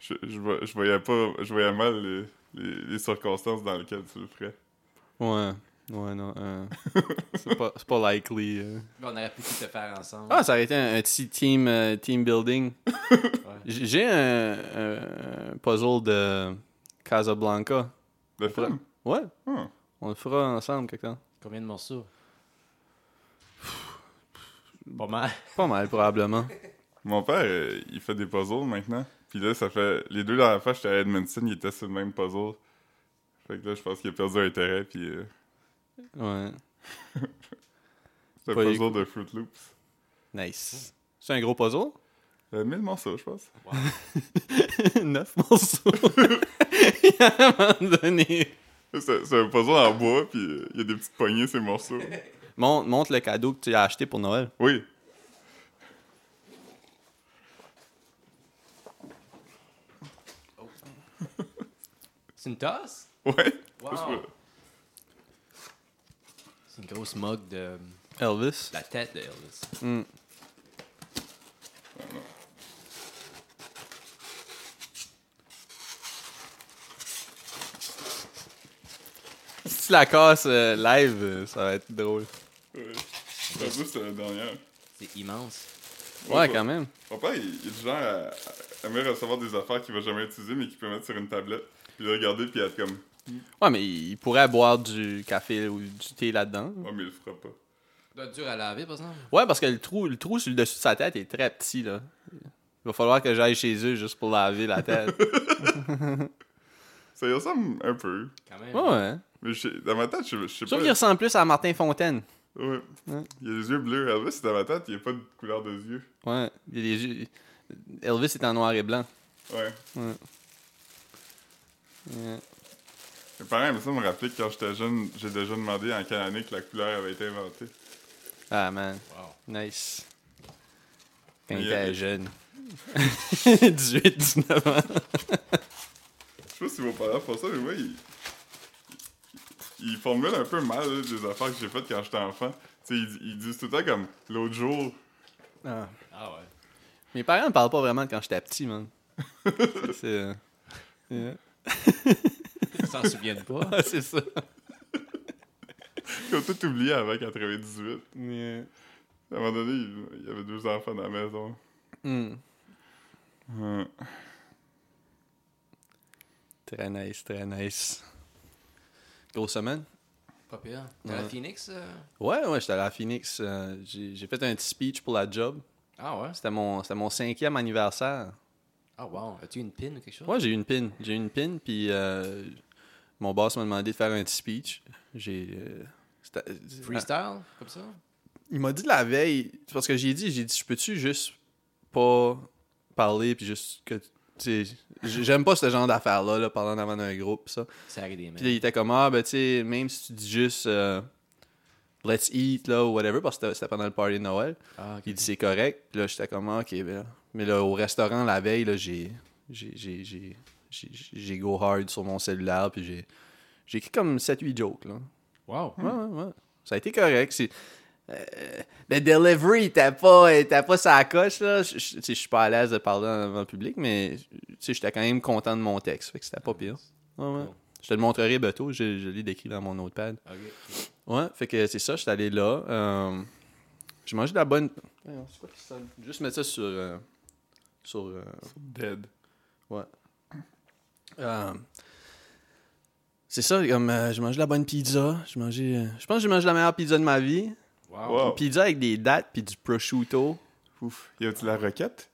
S1: je, je, vo- je voyais pas, je voyais mal les, les- les circonstances dans lesquelles tu le ferais.
S2: Ouais. Ouais, non. [LAUGHS] euh, c'est pas, c'est pas likely. euh.
S3: On aurait pu tout le faire ensemble.
S2: Ah, ça aurait été un, un petit team, euh, team [LAUGHS] building.
S3: Ouais.
S2: J- J'ai un, un puzzle de Casablanca.
S1: Le film?
S2: Ouais,
S1: Hmm.
S2: on le fera ensemble quelque temps.
S3: Combien de morceaux Pas mal.
S2: Pas mal, probablement.
S1: Mon père, euh, il fait des puzzles maintenant. Puis là, ça fait. Les deux dernières fois, j'étais à Edmondson, il était sur le même puzzle. Fait que là, je pense qu'il a perdu intérêt, puis. euh,
S2: Ouais.
S1: c'est un
S2: Pas eu
S1: puzzle de Fruit Loops.
S2: Nice. C'est un gros puzzle?
S1: Euh, 1000 morceaux, je pense.
S2: [LAUGHS] Neuf morceaux. à un moment donné.
S1: C'est c'est un puzzle en bois, puis euh, il y a des petites poignées, ces morceaux.
S2: Montre, montre le cadeau que tu as acheté pour Noël.
S1: Oui.
S3: C'est une tasse
S1: Ouais.
S3: Wow. C'est une grosse mug de euh,
S2: Elvis.
S3: la tête de Elvis.
S2: Mm. Si tu la casses euh, live, euh, ça va être drôle.
S1: Ouais. Ça, ça, c'est la dernière.
S3: C'est immense.
S2: Ouais, quand même.
S1: Mon père, il, il est du genre à, à aimer recevoir des affaires qu'il va jamais utiliser, mais qu'il peut mettre sur une tablette, puis le regarder, puis être comme.
S2: Ouais, mais il pourrait boire du café ou du thé là-dedans.
S1: Oh, mais il le fera pas.
S3: Ça doit être dur à laver, par exemple.
S2: Ouais, parce que le trou, le trou sur le dessus de sa tête est très petit, là. Il va falloir que j'aille chez eux juste pour laver la tête.
S1: Ça y ressemble un peu.
S3: Quand
S2: [LAUGHS]
S3: même.
S2: Ouais, ouais.
S1: Mais je sais- dans ma tête, je, je sais
S2: Je trouve
S1: pas.
S2: qu'il ressemble plus à Martin Fontaine.
S1: Ouais.
S2: Ouais.
S1: Il a les yeux bleus. Elvis, dans ma tête, il a pas de couleur de yeux.
S2: Ouais. Il a les yeux- Elvis est en noir et blanc.
S1: Ouais.
S2: Ouais. Ouais.
S1: Mes parents aimaient ça me rappeler que quand j'étais jeune, j'ai déjà demandé en quelle année que la couleur avait été inventée.
S2: Ah, man.
S3: Wow.
S2: Nice. Quand
S1: Mais
S2: il
S1: il y a
S2: était
S1: des-
S2: jeune. [LAUGHS] 18, 19 ans.
S1: Je sais pas si vos parents font ça, mais moi, ils, ils formulent un peu mal là, des affaires que j'ai faites quand j'étais enfant. Tu sais, ils, ils disent tout le temps comme l'autre jour.
S3: Ah ouais.
S2: Mes parents ne parlent pas vraiment de quand j'étais petit, [LAUGHS] man. C'est. euh, yeah.
S3: Ils s'en souviennent pas.
S2: Ah, c'est ça.
S1: Ils ont tout oublié avant 98.
S2: Mais,
S1: À un moment donné, il- il y avait deux enfants dans la maison.
S2: euh, hmm.
S1: Hum.
S2: Très nice, très nice. Grosse semaine?
S3: Pas pire. T'es à
S2: Ouais.
S3: la Phoenix euh?
S2: Ouais, ouais, j'étais allé à Phoenix. euh, J'ai j'ai fait un petit speech pour la job.
S3: Ah ouais.
S2: C'était mon, c'était mon cinquième anniversaire.
S3: Ah wow. As-tu une pin ou quelque chose
S2: Ouais, j'ai eu une pin. J'ai eu une pin, puis euh, mon boss m'a demandé de faire un petit speech. J'ai. euh, c'était-
S3: Freestyle, comme ça
S2: Il m'a dit la veille, parce que j'ai dit, j'ai dit, je peux-tu juste pas parler, puis juste que. tu sais, j'ai- J'aime pas ce genre d'affaires-là, là, parler en avant d'un groupe, pis ça.
S3: Ça arrive des
S2: Puis là,
S3: mecs.
S2: il était comme, ah, ben, tu sais, même si tu dis juste. euh, let's eat, là, ou whatever, parce que c'était- c'était pendant le party de Noël.
S3: Ah, ok.
S2: Il dit c'est correct. Puis là, j'étais comme, Ah, ok, ben là. Mais là, au restaurant, la veille, là, j'ai. J'ai. J'ai. j'ai- J'ai j'ai go hard sur mon cellulaire, puis j'ai. J'ai écrit comme 7-8 jokes, là.
S3: Wow.
S2: Ouais, ouais, ouais. Ça a été correct. C'est. euh, le delivery, t'as pas, euh, t'as pas sa coche, là. Je- Je tu sais, je suis pas à l'aise de parler devant le public, mais tu sais, j'étais quand même content de mon texte. Fait que c'était pas pire. Ouais, ouais.
S3: Cool.
S2: Je te le montrerai bientôt, je, je l'ai décrit dans mon notepad.
S3: Ok.
S2: Ouais, fait que c'est ça, j'étais allé là. Euh, j'ai mangé de la bonne. Voyons, c'est quoi qui sonne? Juste mettre ça sur. euh, sur. euh,
S1: Dead.
S2: ouais. Euh, c'est ça, comme euh, j'ai mangé de la bonne pizza. J'ai mangé. euh, je pense que j'ai mangé la meilleure pizza de ma vie.
S3: Wow.
S1: Wow.
S2: Une pizza avec des dates puis du prosciutto.
S1: Ouf. Y a-tu la roquette?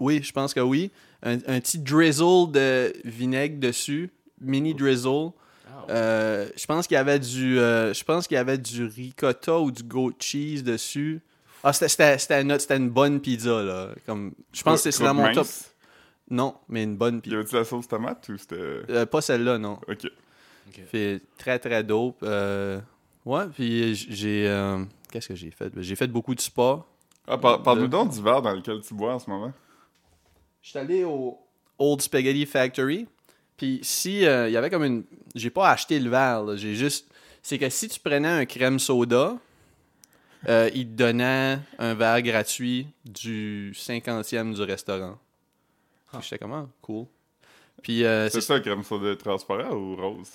S2: Oui, je pense que oui. Un, un petit drizzle de vinaigre dessus. Mini drizzle.
S3: Ah, ouais.
S2: Euh, je pense qu'il y avait du euh, je pense qu'il y avait du ricotta ou du goat cheese dessus. Ah c'était- c'était c'était une, c'était une bonne pizza là, comme je pense que c'est
S1: Trop-
S2: dans
S1: trop
S2: mon top.
S1: mince?
S2: Non, mais une bonne
S1: Y
S2: pizza.
S1: avait-tu la sauce tomate ou c'était.
S2: Euh, pas celle-là non.
S1: Ok.
S3: Ok.
S2: Fait très très dope. Euh, ouais, puis j- j'ai euh, qu'est-ce que j'ai fait J'ai fait beaucoup de sport.
S1: Ah,
S2: Euh,
S1: par- parle-nous donc du verre dans lequel tu bois en ce moment.
S2: J'étais allé au Old Spaghetti Factory. Puis si euh, il y avait comme une j'ai pas acheté le verre, là, j'ai juste c'est que si tu prenais un crème soda, euh, ils te donnaient un verre gratuit du 50e du restaurant. Puis J'étais comment cool. Puis euh,
S1: C'est
S2: c'est-
S1: ça, crème soda transparent ou rose?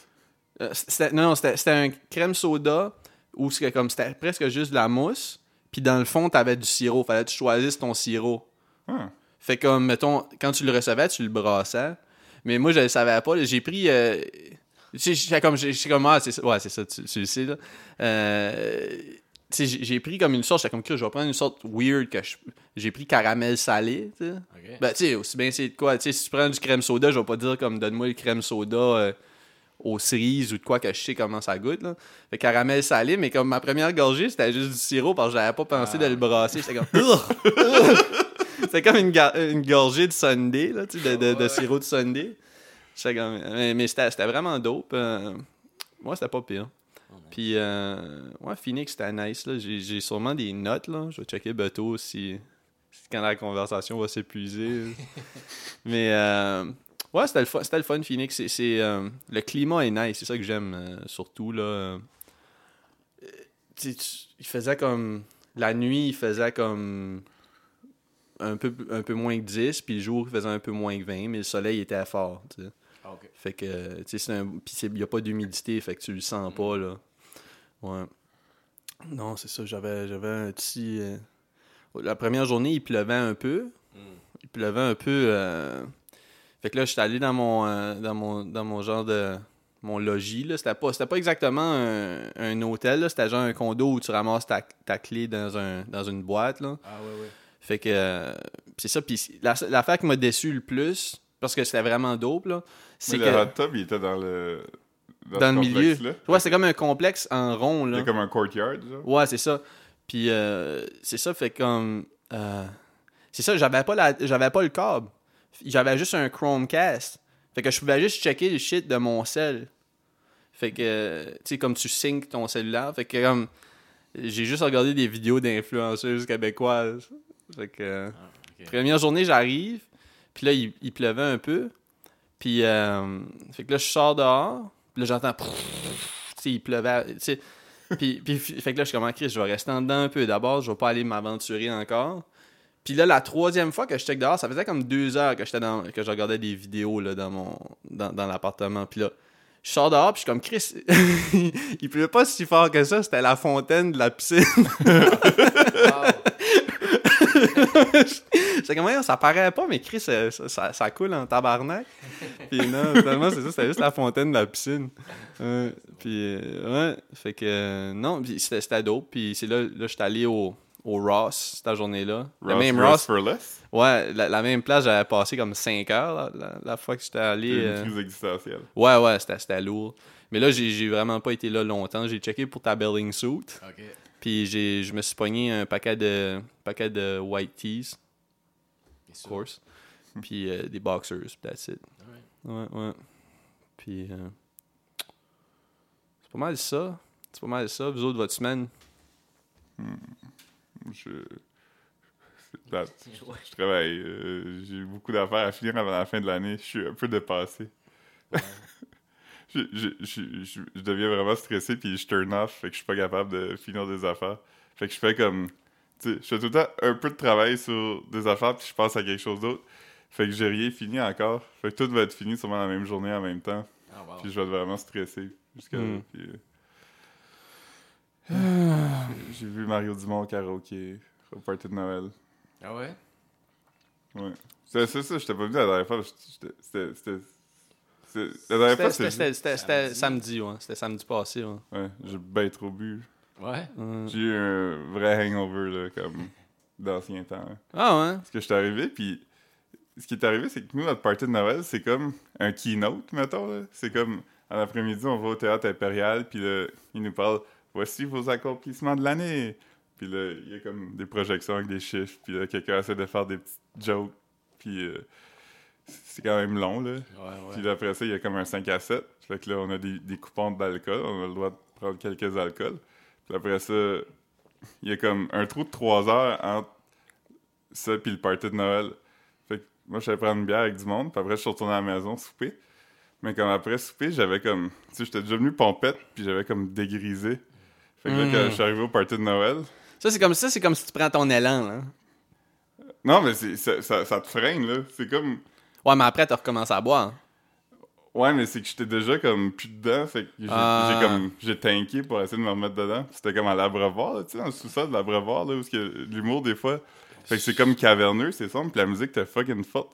S2: euh, c'était- non non, c'était c'était un crème soda où c'était comme c'était presque juste de la mousse, puis dans le fond t'avais du sirop, fallait que tu choisisses ton sirop.
S1: Ah.
S2: Fait comme, mettons, quand tu le recevais, tu le brassais. Mais moi, je le savais pas. là. J'ai pris. euh, tu sais, j'étais comme, j'ai- j'étais comme, ah, c'est ça. Ouais, c'est ça, tu, tu le sais, là. Euh, tu sais, j'ai j'ai pris comme une sorte, j'étais comme, Creux, je vais prendre une sorte weird que je- J'ai pris caramel salé, tu sais.
S3: Ok.
S2: Ben, tu sais, aussi bien c'est de quoi. Tu sais, si tu prends du crème soda, je vais pas dire comme, donne-moi le crème soda euh, aux cerises ou de quoi que je sais comment ça goûte, là. Fait caramel salé, mais comme ma première gorgée, c'était juste du sirop parce que j'avais pas pensé
S3: Ah.
S2: de le brasser. J'étais
S3: [LAUGHS]
S2: comme, Ugh! C'était comme une, ga- une gorgée de Sunday, là, tu sais, de, de- de
S3: Ouais.
S2: sirop de Sunday. J'étais comme- Mais, mais c'était c'était vraiment dope. euh, Moi, c'était pas pire.
S3: Oh, man.
S2: Puis, euh, ouais, Phoenix, c'était nice. là. J'ai j'ai sûrement des notes. Là. Je vais checker bientôt si, si quand la conversation va
S3: [LAUGHS]
S2: s'épuiser. mais, euh, ouais, c'était le, fun- c'était le fun, Phoenix. C'est- c'est, euh, le climat est nice. C'est ça que j'aime, euh, surtout. Là. Euh, tu sais, tu- il faisait comme. La nuit, il faisait comme. Un peu, un peu moins que 10, puis le jour, il faisait un peu moins que 20, mais le soleil était fort. tu sais.
S3: Ah, ok.
S2: Fait que, tu sais, c'est un. Puis il n'y a pas d'humidité, fait que tu le sens pas, là. Ouais. Non, c'est ça, j'avais, j'avais un petit. euh, La première journée, il pleuvait un peu.
S3: Hmm.
S2: Il pleuvait un peu. euh, Fait que là, j'étais allé dans mon, euh, dans mon, dans mon genre de. Mon logis, là. C'était pas, c'était pas exactement un, un hôtel, là. C'était genre un condo où tu ramasses ta, ta clé dans, un, dans une boîte, là.
S3: Ah,
S2: [LAUGHS]
S3: ouais, ouais.
S2: Fait que euh, c'est ça. Puis la- l'affaire qui m'a déçu le plus, parce que c'était vraiment dope, là, c'est
S1: Mais
S2: que.
S1: le hot tub, il était dans le.
S2: Dans le
S1: ce
S2: milieu.
S1: complexe-là.
S2: Ouais, c'est comme un complexe en rond, là.
S1: C'était comme un courtyard, genre.
S2: Ouais, c'est ça. Puis euh, c'est ça, fait comme. euh, c'est ça, j'avais pas, la, j'avais pas le câble. J'avais juste un Chromecast. Fait que je pouvais juste checker le shit de mon cell. Fait que, euh, tu sais, comme tu syncs ton cellulaire. Fait que, comme. J'ai juste regardé des vidéos d'influenceuses québécoises. Fait que. euh,
S3: Ah, ok.
S2: Première journée, j'arrive. Puis là, il, il pleuvait un peu. Puis, euh, fait que là, je sors dehors. Puis là, j'entends. prrrr, Tu sais, il pleuvait. Tu sais. Puis, puis, fait que là, je suis comme, Chris, je vais rester en dedans un peu. D'abord, je vais pas aller m'aventurer encore. Puis là, la troisième fois que je check dehors, ça faisait comme deux heures que, j'étais dans, que je regardais des vidéos là, dans, mon, dans, dans l'appartement. Puis là, je sors dehors, puis je suis comme, Chris, [LAUGHS] il pleuvait pas si fort que ça. C'était la fontaine de la piscine.
S3: Wow.
S2: J'étais comme, Voyons, ça paraît pas, mais Chris, ça, ça- ça- ça coule en tabarnak. puis non, finalement, c'est ça, c'était juste la fontaine de la piscine. Ouais, puis, euh, ouais, fait que, euh, non, puis c'était c'était dope. Puis c'est là, là, j'étais allé au, au Ross, cette journée-là. Le
S1: Ross-
S2: même
S1: Ross
S2: Ross,
S1: for less.
S2: ouais, la, la même place, j'avais passé comme 5 heures là, la, la fois que j'étais allé.
S1: Une
S2: euh,
S1: crise existentielle.
S2: Ouais, ouais, c'était c'était lourd. Mais là, j'ai j'ai vraiment pas été là longtemps. J'ai checké pour ta belling suit.
S3: Ok.
S2: Puis j'ai- je me suis pogné un paquet de, paquet de white tees,
S3: Bien
S2: of [LAUGHS]
S3: sûr.
S2: course. Puis euh, des boxers, puis that's it.
S3: Alright.
S2: Ouais, ouais. Puis. euh, C'est pas mal ça. C'est pas mal ça, vous autres, votre semaine.
S1: Je. C'est plate. Je travaille. euh, j'ai beaucoup d'affaires à finir avant la fin de l'année. Je suis un peu dépassé.
S3: Ouais.
S1: [LAUGHS] je, je, je- je- je deviens vraiment stressé puis je turn off. Fait que je suis pas capable de finir des affaires. Fait que je fais comme. Tu sais, je fais tout le temps un peu de travail sur des affaires puis je passe à quelque chose d'autre. Fait que j'ai rien fini encore. Fait que tout va être fini sûrement la même journée en même temps.
S3: Ah, wow.
S1: Puis je vais être vraiment stressé. Jusqu'à.
S2: Hmm.
S1: puis, euh,
S2: Ah.
S1: J'ai vu Mario Dumont au karaoké au party de Noël.
S3: Ah ouais?
S1: C'est c'est ça, je t'ai pas vu la dernière fois. j'étais- j'étais- C'était. c'était- c'était- La dernière
S2: C'était-
S1: fois, c'était.
S2: C'était
S1: juste-
S2: c'était- c'était- c'était samedi, ouais. C'était samedi passé, ouais.
S1: Ouais, j'ai bien trop bu.
S3: Ouais?
S2: Hum.
S1: J'ai eu un vrai hangover, là, comme d'ancien temps. hein.
S2: Ah ouais?
S1: Parce que je suis arrivé, puis ce qui est arrivé, c'est que nous, notre party de Noël, c'est comme un keynote, mettons. là. C'est comme, en après-midi, on va au théâtre impérial, puis là, il nous parle « Voici vos accomplissements de l'année! » Puis là, il y a comme des projections avec des chiffres, puis là, quelqu'un essaie de faire des petites jokes, puis euh, c'est quand même long, là.
S3: Ouais, ouais.
S1: Puis là, après ça, il y a comme un 5 à 7. Fait que là, on a des, des coupons d'alcool. On a le droit de prendre quelques alcools. Puis après ça, il y a comme un trou de 3 heures entre ça puis le party de Noël. Fait que moi, j'allais prendre une bière avec du monde. Puis après, je suis retourné à la maison souper. Mais comme après souper, j'avais comme... Tu sais, j'étais déjà venu pompette, puis j'avais comme dégrisé. Fait que là,
S2: Mm.
S1: quand je suis arrivé au party de Noël...
S2: Ça, c'est comme ça, c'est comme si tu prends ton élan, là.
S1: Non, mais c'est- ça, ça, ça te freine, là. C'est comme...
S2: Ouais, mais après, t'as recommencé à boire.
S1: Ouais, mais c'est que j'étais déjà comme plus dedans, fait que j'ai
S2: Ah.
S1: j'ai comme j'ai tanké pour essayer de me remettre dedans. Puis C'était comme à l'abreuvoir, là, tu sais, dans le sous-sol de l'abreuvoir, là, où ce que l'humour des fois. Fait que c'est comme caverneux, c'est sombre, puis la musique était fucking forte.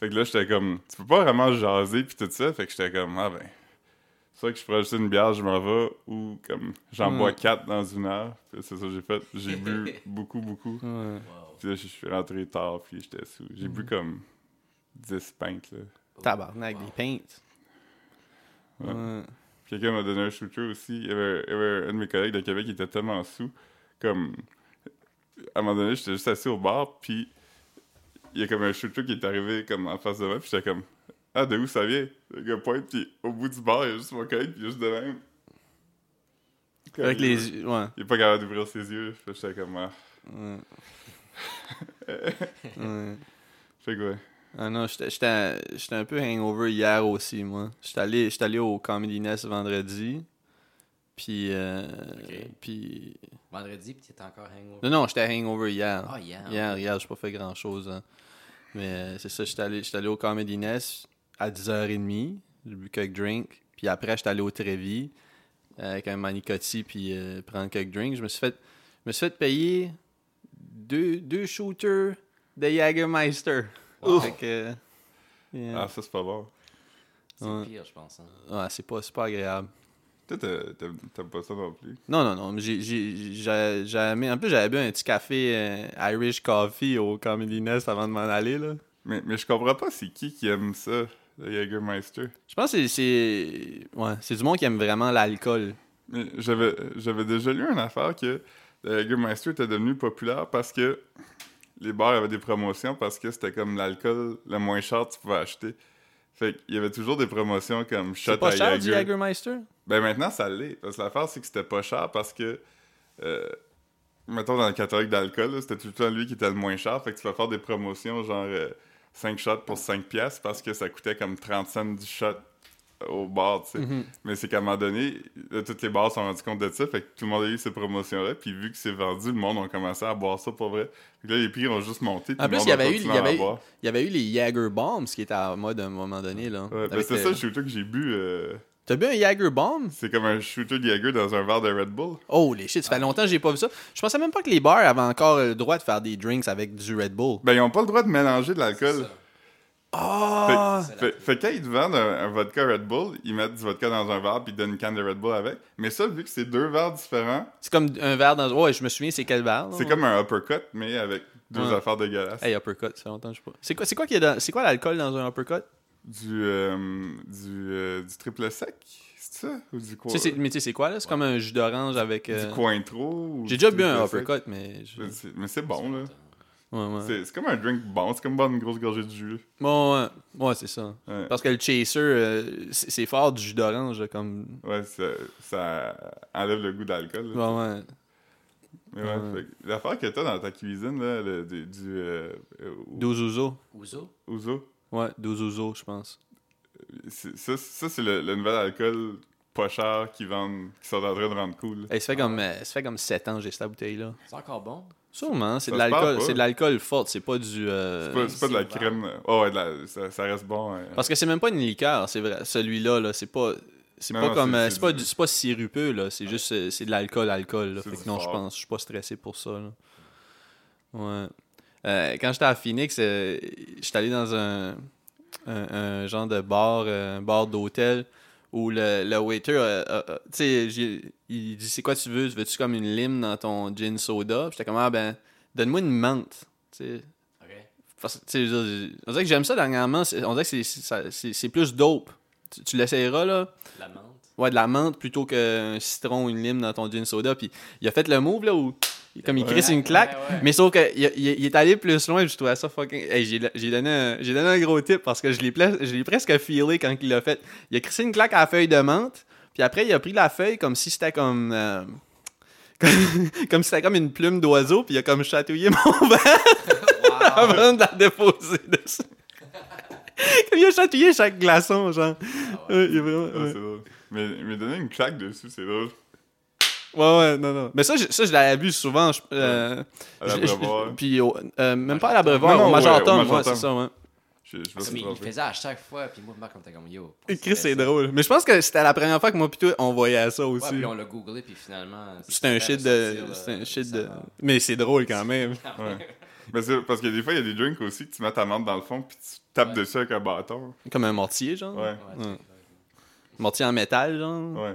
S1: Fait que là, j'étais comme, tu peux pas vraiment jaser puis tout ça. Fait que j'étais comme, ah ben, soit que je prends juste une bière, je m'en vais, ou comme j'en
S2: Hmm.
S1: bois quatre dans une heure. Puis C'est ça que j'ai fait. J'ai bu beaucoup, beaucoup.
S2: Ouais. Hmm.
S3: Wow.
S1: Puis là, je suis rentré tard, puis j'étais sous. J'ai bu comme 10 pintes, là.
S2: Tabarnak, des pintes.
S1: Ouais.
S2: Ouais.
S1: Quelqu'un m'a donné un shooter aussi. Il y, avait, il y avait un de mes collègues de Québec qui était tellement sous. Comme. À un moment donné, j'étais juste assis au bar, puis il y a comme un shooter qui est arrivé comme en face de moi, puis j'étais comme. Ah, de où ça vient? Le gars pointe, puis au bout du bar, il y a juste mon collègue, puis juste de même. Comme
S2: Avec
S1: il-
S2: les yeux, ouais.
S1: Il est pas capable d'ouvrir ses yeux. Fait que j'étais comme. Ah.
S2: Ouais.
S1: [LAUGHS]
S2: Ouais.
S1: Fait que ouais.
S2: Ah non, j'étais- j'étais j'étais un peu hangover hier aussi, moi. J'étais allé, j'étais allé au Comedy Nest vendredi. Puis. euh,
S3: Ok.
S2: puis...
S3: Vendredi, puis t'es encore hangover.
S2: Non, non, j'étais hangover hier.
S3: Ah, yeah.
S2: Hier, hier, j'ai pas fait grand chose. Mais euh, c'est ça, j'étais allé, j'étais allé au Comedy Nest à 10h30. J'ai bu quelques drinks. Puis après, j'étais allé au Trévis euh, avec un manicotti puis euh, prendre quelques drinks. Je me suis fait, je me suis fait payer deux, deux shooters de Jagermeister.
S3: Wow.
S2: Fait que,
S1: Ah,
S2: yeah.
S1: ça, c'est pas bon.
S3: C'est
S2: Ouais.
S3: pire, je pense. hein.
S2: Ouais, c'est pas, c'est pas agréable.
S1: Toi, t'as- t'aimes t'aimes pas ça non plus.
S2: Non, non, non. mais j'ai- j'ai- j'ai- J'avais mis- en plus, j'avais bu un petit café euh, Irish Coffee au Comedy Nest avant de m'en aller. là.
S1: Mais, mais je comprends pas, c'est qui qui aime ça, le Jägermeister?
S2: Je pense que c'est- c'est. Ouais, c'est du monde qui aime vraiment l'alcool.
S1: Mais J'avais j'avais déjà lu une affaire que le Jägermeister était devenu populaire parce que les bars avaient des promotions parce que c'était comme l'alcool le moins cher que tu pouvais acheter. Fait qu'il y avait toujours des promotions comme shot
S2: C'est pas
S1: à
S2: cher du
S1: Jäger.
S2: Jagermeister?
S1: Ben maintenant ça l'est. Parce que l'affaire c'est que c'était pas cher parce que euh, mettons dans le catalogue d'alcool, là, c'était tout le temps lui qui était le moins cher. Fait que tu vas faire des promotions genre 5 shots pour 5 piastres parce que ça coûtait comme 30 cents du shot au bar, tu sais.
S2: Mhm.
S1: Mais c'est qu'à un moment donné, là, toutes les bars se sont rendus compte de ça, fait que tout le monde a eu ces promotions-là, puis vu que c'est vendu, le monde a commencé à boire ça pour vrai. Fait que là, les prix ont juste monté, puis
S2: En
S1: le
S2: plus,
S1: monde
S2: il y
S1: a
S2: avait eu- il y
S1: continué à
S2: avait eu-
S1: boire.
S2: Il y avait eu les Jager Bombs qui étaient à mode à un moment donné. là.
S1: Ouais, ben
S2: Avec,
S1: c'est
S2: euh,
S1: ça le shooter que j'ai bu, euh,
S2: T'as bu un Jager Bomb?
S1: c'est comme un shooter de Jaeger dans un verre de Red Bull.
S2: Oh les shit, ça fait longtemps que j'ai pas vu ça. Je pensais même pas que les bars avaient encore euh, le droit de faire des drinks avec du Red Bull.
S1: Ben, ils ont pas le droit de mélanger de l'alcool.
S3: C'est
S2: Ah!
S3: ça.
S1: Fait, fait que quand ils te vendent un, un vodka Red Bull, ils mettent du vodka dans un verre, puis ils donnent une canne de Red Bull avec. Mais ça, vu que c'est deux verres différents,
S2: C'est comme un verre dans. Ouais, je me souviens, c'est quel verre? là?
S1: c'est comme un uppercut, mais avec deux
S2: Ouais.
S1: affaires dégueulasses.
S2: Oh. Ah. Hey, uppercut, ça fait longtemps que je sais pas. C'est quoi, c'est quoi, qu'il y a dans- c'est quoi l'alcool dans un uppercut?
S1: Du, euh, du, euh, du triple sec, c'est ça? Ou du quoi?
S2: Tu sais, c'est- mais tu sais, c'est quoi là? C'est comme un jus d'orange avec. euh,
S1: Du Cointreau? ou
S2: J'ai
S1: du
S2: déjà bu un
S1: triple sec.
S2: uppercut, mais. je-
S1: Mais c'est- Mais c'est bon, là.
S2: Ouais, ouais.
S1: C'est c'est comme un drink bon, c'est comme boire une grosse gorgée de jus.
S2: Bon, ouais, ouais, c'est ça.
S1: Ouais.
S2: Parce que le chaser, euh, c'est c'est fort du jus d'orange, là, comme.
S1: Ouais, ça, ça enlève le goût d'alcool. là.
S2: Ouais, ouais.
S1: Mais ouais,
S2: Ouais.
S1: fait que L'affaire que t'as dans ta cuisine, là, le- du, du euh, euh, ou-
S2: Deux ouzo.
S3: Ouzo.
S1: ouzo,
S2: Ouais, deux ouzo, je pense.
S1: c'est- ça, ça, c'est le, le nouvel alcool pas cher qui vendent, qui sont en train de rendre cool.
S2: Hey, ça, fait comme, euh, ça fait comme 7 ans que j'ai cette bouteille-là.
S3: C'est encore bon.
S2: Sûrement, c'est
S1: Ça
S2: de
S1: se perd
S2: l'alcool.
S1: pas.
S2: C'est de l'alcool fort, c'est pas du. euh,
S1: C'est pas, c'est pas de la
S3: c'est
S1: crème. euh, Oh, ouais, de la- ça, ça reste bon. hein.
S2: Parce que c'est même pas une liqueur, c'est vrai. Celui-là, là, c'est pas. C'est
S1: Non,
S2: pas
S1: non,
S2: comme.
S1: c'est-
S2: euh,
S1: c'est
S2: C'est pas,
S1: du-
S2: du- c'est pas sirupeux, là. C'est juste. euh, C'est de l'alcool, alcool. là.
S1: C'est
S2: Fait
S1: du
S2: que non, je
S1: fort.
S2: pense. Je suis pas stressé pour ça, là. Ouais. Euh, quand j'étais à Phoenix, euh, j'étais allé dans un, un, un genre de bar, euh, un bar d'hôtel où le, le waiter, euh, euh, euh, tu sais, j'ai- il dit c'est quoi tu veux, veux-tu comme une lime dans ton gin soda? Puis j'étais comme ah ben donne-moi une menthe, tu sais.
S3: Ok.
S2: Parce que, tu sais, je veux dire, on dirait que j'aime ça dernièrement. c'est- On dirait que c'est- c'est ça- c'est c'est plus dope. Tu, tu l'essayeras, là.
S3: La menthe.
S2: Ouais, de la menthe plutôt qu'un citron ou une lime dans ton gin soda. Puis il a fait le move, là, où comme il
S1: Ouais.
S2: crisse une claque.
S3: Ouais, ouais.
S2: Mais sauf qu'il il, il est allé plus loin, puis je trouvais ça fucking. Hey, j'ai j'ai donné, un- j'ai donné un gros tip parce que je l'ai pla- je l'ai presque feelé quand il l'a fait. Il a crissé une claque à la feuille de menthe, puis après, il a pris la feuille comme si c'était comme. euh, [LAUGHS] comme, comme si c'était comme une plume d'oiseau, puis il a comme chatouillé mon verre
S1: Ah,
S3: Wow.
S2: avant Ah, de la déposer dessus. [LAUGHS] Comme il a chatouillé chaque glaçon, genre.
S3: Ah ouais.
S2: Ouais, il est vraiment-
S1: Ah,
S2: ouais.
S1: c'est drôle. Mais, mais donner une claque dessus, c'est drôle.
S2: Ouais, ouais, non, non. Mais ça, je, ça, je l'avais vu souvent. je- euh,
S1: À la
S2: [LAUGHS] je- je-
S1: brevoir.
S2: Puis, au- euh, même pas à la brevoir,
S1: Non, non,
S2: au
S1: ouais, au
S2: majordome, ouais,
S1: majordome.
S2: c'est ça, ouais.
S1: Je,
S2: Ah,
S1: je vais
S3: Parce
S1: se
S3: que il le
S1: tromper.
S3: faisait à chaque fois, puis moi, Marc, on était comme yo. pourquoi tu
S2: Chris,
S3: fais
S2: c'est
S3: ça?
S2: drôle. Mais je pense que c'était la première fois que moi, plutôt, on voyait ça
S3: Ouais,
S2: aussi.
S3: puis on l'a googlé, puis finalement.
S2: C'était un shit de.
S3: euh,
S2: C'était un shit de. Mais c'est drôle quand même.
S1: Ouais. Mais c'est- parce que des fois, il y a des drinks aussi que tu mets ta menthe dans le fond puis tu tapes
S3: Ouais.
S1: dessus avec un bâton.
S2: Comme un mortier, genre.
S1: Ouais.
S2: Ouais. Mortier en métal, genre.
S1: Ouais.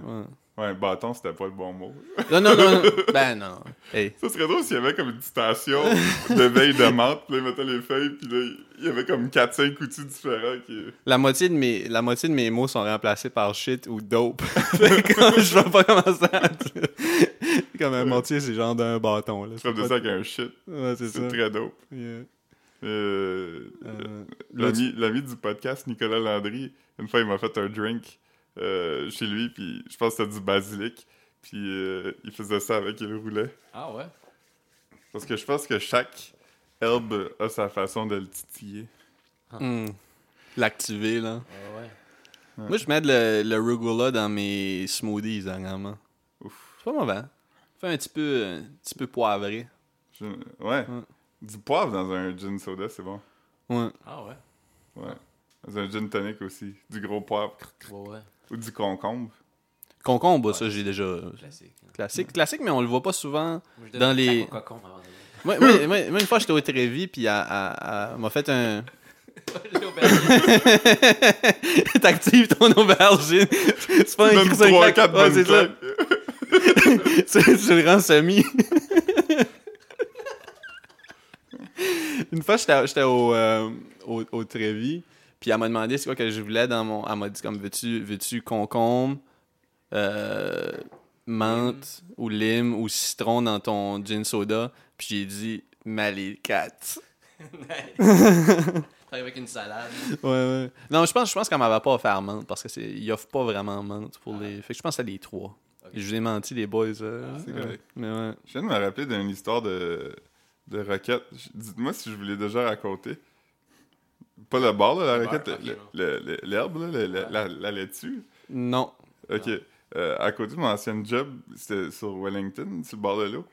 S1: Ouais, bâton, c'était pas le bon mot.
S2: Non, non, non. non. ben non. Hey.
S1: Ça serait drôle s'il y avait comme une station de veille de menthe, puis là, il mettait les feuilles, puis là, il y avait comme 4-5 outils différents qui...
S2: La moitié, de mes, la moitié de mes mots sont remplacés par shit ou dope. [LAUGHS] Fait que quand je vois pas comment ça. Comme un mortier, c'est genre d'un bâton. Là.
S1: Tu tapes dessus
S2: pas-
S1: avec un shit.
S2: Ouais, c'est ça.
S1: C'est très dope.
S2: Yeah.
S1: Euh,
S2: Euh, là,
S1: L'ami
S2: tu-
S1: l'ami du podcast, Nicolas Landry, une fois, il m'a fait un drink euh, chez lui, puis je pense que c'était du basilic, puis euh, il faisait ça avec, il le roulait.
S3: Ah ouais?
S1: Parce que je pense que chaque herbe a sa façon de le titiller.
S2: Hmm. L'activer, là.
S3: Ouais, ouais.
S2: Moi, je mets de le, le rugula dans mes smoothies, dernièrement.
S1: Ouf.
S2: C'est pas mauvais. Fait un petit peu, un petit peu poivré.
S1: Je- Ouais.
S2: Ouais.
S1: Du poivre dans un gin soda, c'est bon.
S2: Ouais.
S3: Ah ouais?
S1: Ouais. Dans un gin tonic aussi. Du gros poivre. crr, crr.
S3: Ouais, ouais.
S1: Ou du concombre.
S2: Concombre, ça, j'ai déjà.
S3: Classique. hein.
S2: Classique, classique, mais on le voit pas souvent.
S3: Moi, je
S2: Dans
S3: donne une
S2: les-
S3: claque au cocon avant [LAUGHS]
S2: Moi,
S3: de-
S2: moi- moi- moi, une fois, j'étais au Trévis, puis elle- elle- elle- elle m'a fait un. [LAUGHS]
S3: L'aubergine.
S2: T'actives ton aubergine. C'est pas un
S1: Même
S2: cri, c'est un
S1: 3
S2: claque.
S1: 4
S2: Ouais,
S1: bonnes
S2: c'est ça.
S1: claques.
S2: tu, [LAUGHS] tu le rends semi. Une fois, j'étais j'étais au, euh, au, au Trévis, puis elle m'a demandé c'est quoi que je voulais dans mon... Elle m'a dit comme, veux-tu veux concombre, euh, menthe ou lime ou citron dans ton gin soda? Puis j'ai dit, Malicat.
S3: T'arrives avec une salade.
S2: Ouais, ouais. Non, je pense, je pense qu'elle m'avait pas offert menthe, parce que c'est- il offre pas vraiment menthe pour les... Fait que je pense à les trois.
S3: Ok.
S2: Je vous ai menti, les boys. euh,
S1: Ah, c'est
S2: euh,
S1: correct.
S2: Mais ouais.
S1: Je viens de me rappeler d'une histoire de, de roquette. J- Dites-moi si je vous l'ai déjà raconté. Pas le bar, là, la
S3: Le bar,
S1: roquette,
S3: ok,
S1: le-
S3: non.
S1: le- le- l'herbe, là, le- le-
S3: Ouais.
S1: la, la laitue.
S2: Non.
S1: Ok. Euh, à côté de mon ancien job, c'était sur Wellington, sur le bord de l'eau,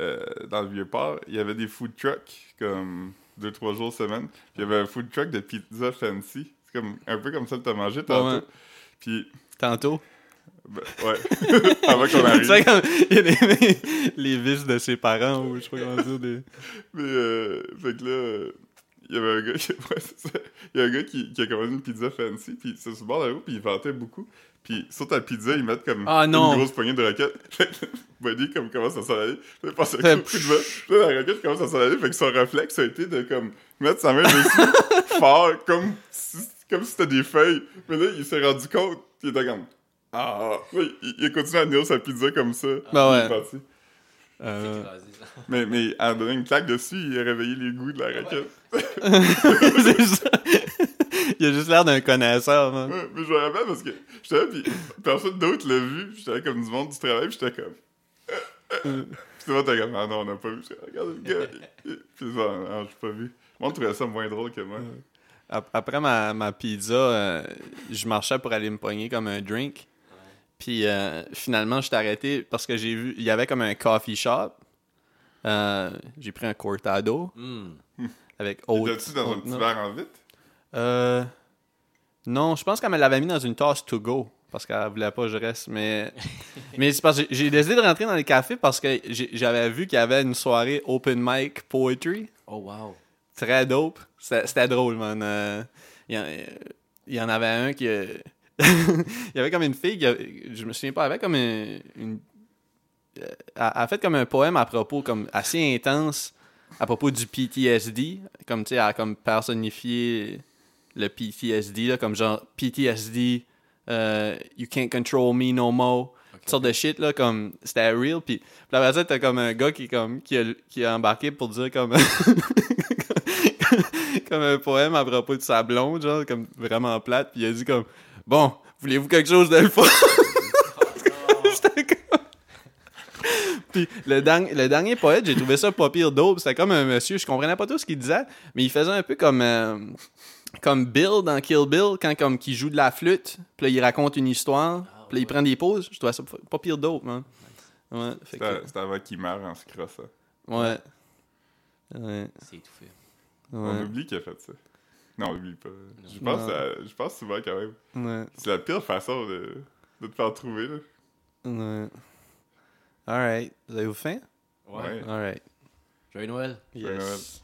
S1: euh, dans le vieux port, il y avait des food trucks, comme deux, trois jours semaine. Puis il y avait un food truck de pizza fancy. C'est comme, un peu comme ça que t'as mangé tantôt.
S2: ouais.
S1: Puis,
S2: Tantôt.
S1: ben, ouais, [LAUGHS] avant
S2: [LAUGHS]
S1: qu'on
S2: Tu sais,
S1: arrive.
S2: comme, il y a des- les vices de ses parents, ou je sais pas comment dire, des...
S1: Mais, euh, fait que là, euh, il y avait un gars qui, [LAUGHS] ouais, c'est ça. Il y a un gars qui, qui a commandé une pizza fancy, puis c'est sur le bord de l'eau, puis il vantait beaucoup. Puis sur ta pizza, ils mettent comme
S2: Ah, non.
S1: une grosse poignée de roquettes. [LAUGHS] Fait que Buddy comme, commence à s'en aller. Là, il passe un
S2: Fait
S1: coup de vent. Là, la roquette commence à s'en aller. Fait que son réflexe a été de comme mettre sa main dessus
S2: [LAUGHS]
S1: fort, comme si, comme si c'était des feuilles. Mais là, il s'est rendu compte. puis Il était comme. Ah! Là, il, il a continué à tenir sa pizza comme ça.
S2: Ben
S1: puis il
S2: ouais.
S1: est parti.
S2: Euh,
S3: écrasé, ça.
S1: Mais, mais en donnant une claque dessus, il a réveillé les goûts de la raquette.
S2: [LAUGHS] c'est ça. Il a juste l'air d'un connaisseur, man.
S1: Ouais, mais je me rappelle parce que j'étais là, puis personne d'autre l'a vu. J'étais là comme du monde du travail, puis j'étais comme.
S2: Euh.
S1: Puis tout le monde était comme, ah non, on n'a pas vu. J'étais là, regarde le gars. Puis ça, ah, j'ai pas vu. Le monde trouvait ça moins drôle que moi.
S2: Ap- Après ma, ma pizza, euh, je marchais pour aller me pogner comme un drink. Puis euh, finalement, je t'ai arrêté parce que j'ai vu, il y avait comme un coffee shop. Euh, j'ai pris un cortado
S3: Hmm.
S2: avec
S1: Il
S2: haute.
S1: T'as-tu dans un petit verre en vite?
S2: Euh, non, je pense qu'elle me l'avait mis dans une tasse to go parce qu'elle voulait pas que je
S1: [LAUGHS]
S2: reste. Mais, mais c'est parce que j'ai décidé de rentrer dans les cafés parce que j'ai- j'avais vu qu'il y avait une soirée open mic poetry.
S3: Oh, wow.
S2: Très dope. C'était c'était drôle, man. Euh, Il y en- il y, en avait un qui. [LAUGHS] euh, il y avait comme une fille, qui a- je me souviens pas, elle avait comme une. une- euh, elle elle a fait comme un poème à propos, comme assez intense, à propos du PTSD. Comme tu sais, elle a comme personnifié le PTSD, là, comme genre PTSD, euh, You can't control me no more. Toutes sortes de shit, là, comme c'était real. Puis, puis après ça, t'as comme un gars qui, est comme, qui, a, qui a embarqué pour dire comme. [LAUGHS] comme un poème à propos de sa blonde, genre, comme vraiment plate. Puis il a dit comme Bon, voulez-vous quelque chose de le fun? [LAUGHS] C'était comme- Puis le, derni- le dernier poète, j'ai trouvé ça pas pire d'aube. C'était comme un monsieur, je comprenais pas tout ce qu'il disait, mais il faisait un peu comme, euh, comme Bill dans Kill Bill, quand comme qu'il joue de la flûte, puis là, il raconte une histoire,
S3: Ah
S2: puis là, il prend des pauses. Je trouvais ça pas- pas pire d'aube, man. Ouais, fait que-
S1: C'était c'était avant qu'il meure en se crossant.
S2: ouais. Ouais,
S3: C'est étouffé.
S1: On
S2: ouais,
S1: oublie qu'il a fait ça. Non, on oublie pas. Je pense,
S2: Non.
S1: à- je pense souvent quand même.
S2: ouais.
S1: C'est la pire façon de, de te faire trouver. Là.
S2: Ouais. Alright. Vous avez-vous faim?
S3: Ouais.
S1: Ouais.
S2: Alright.
S3: Joyeux Noël.
S1: Yes.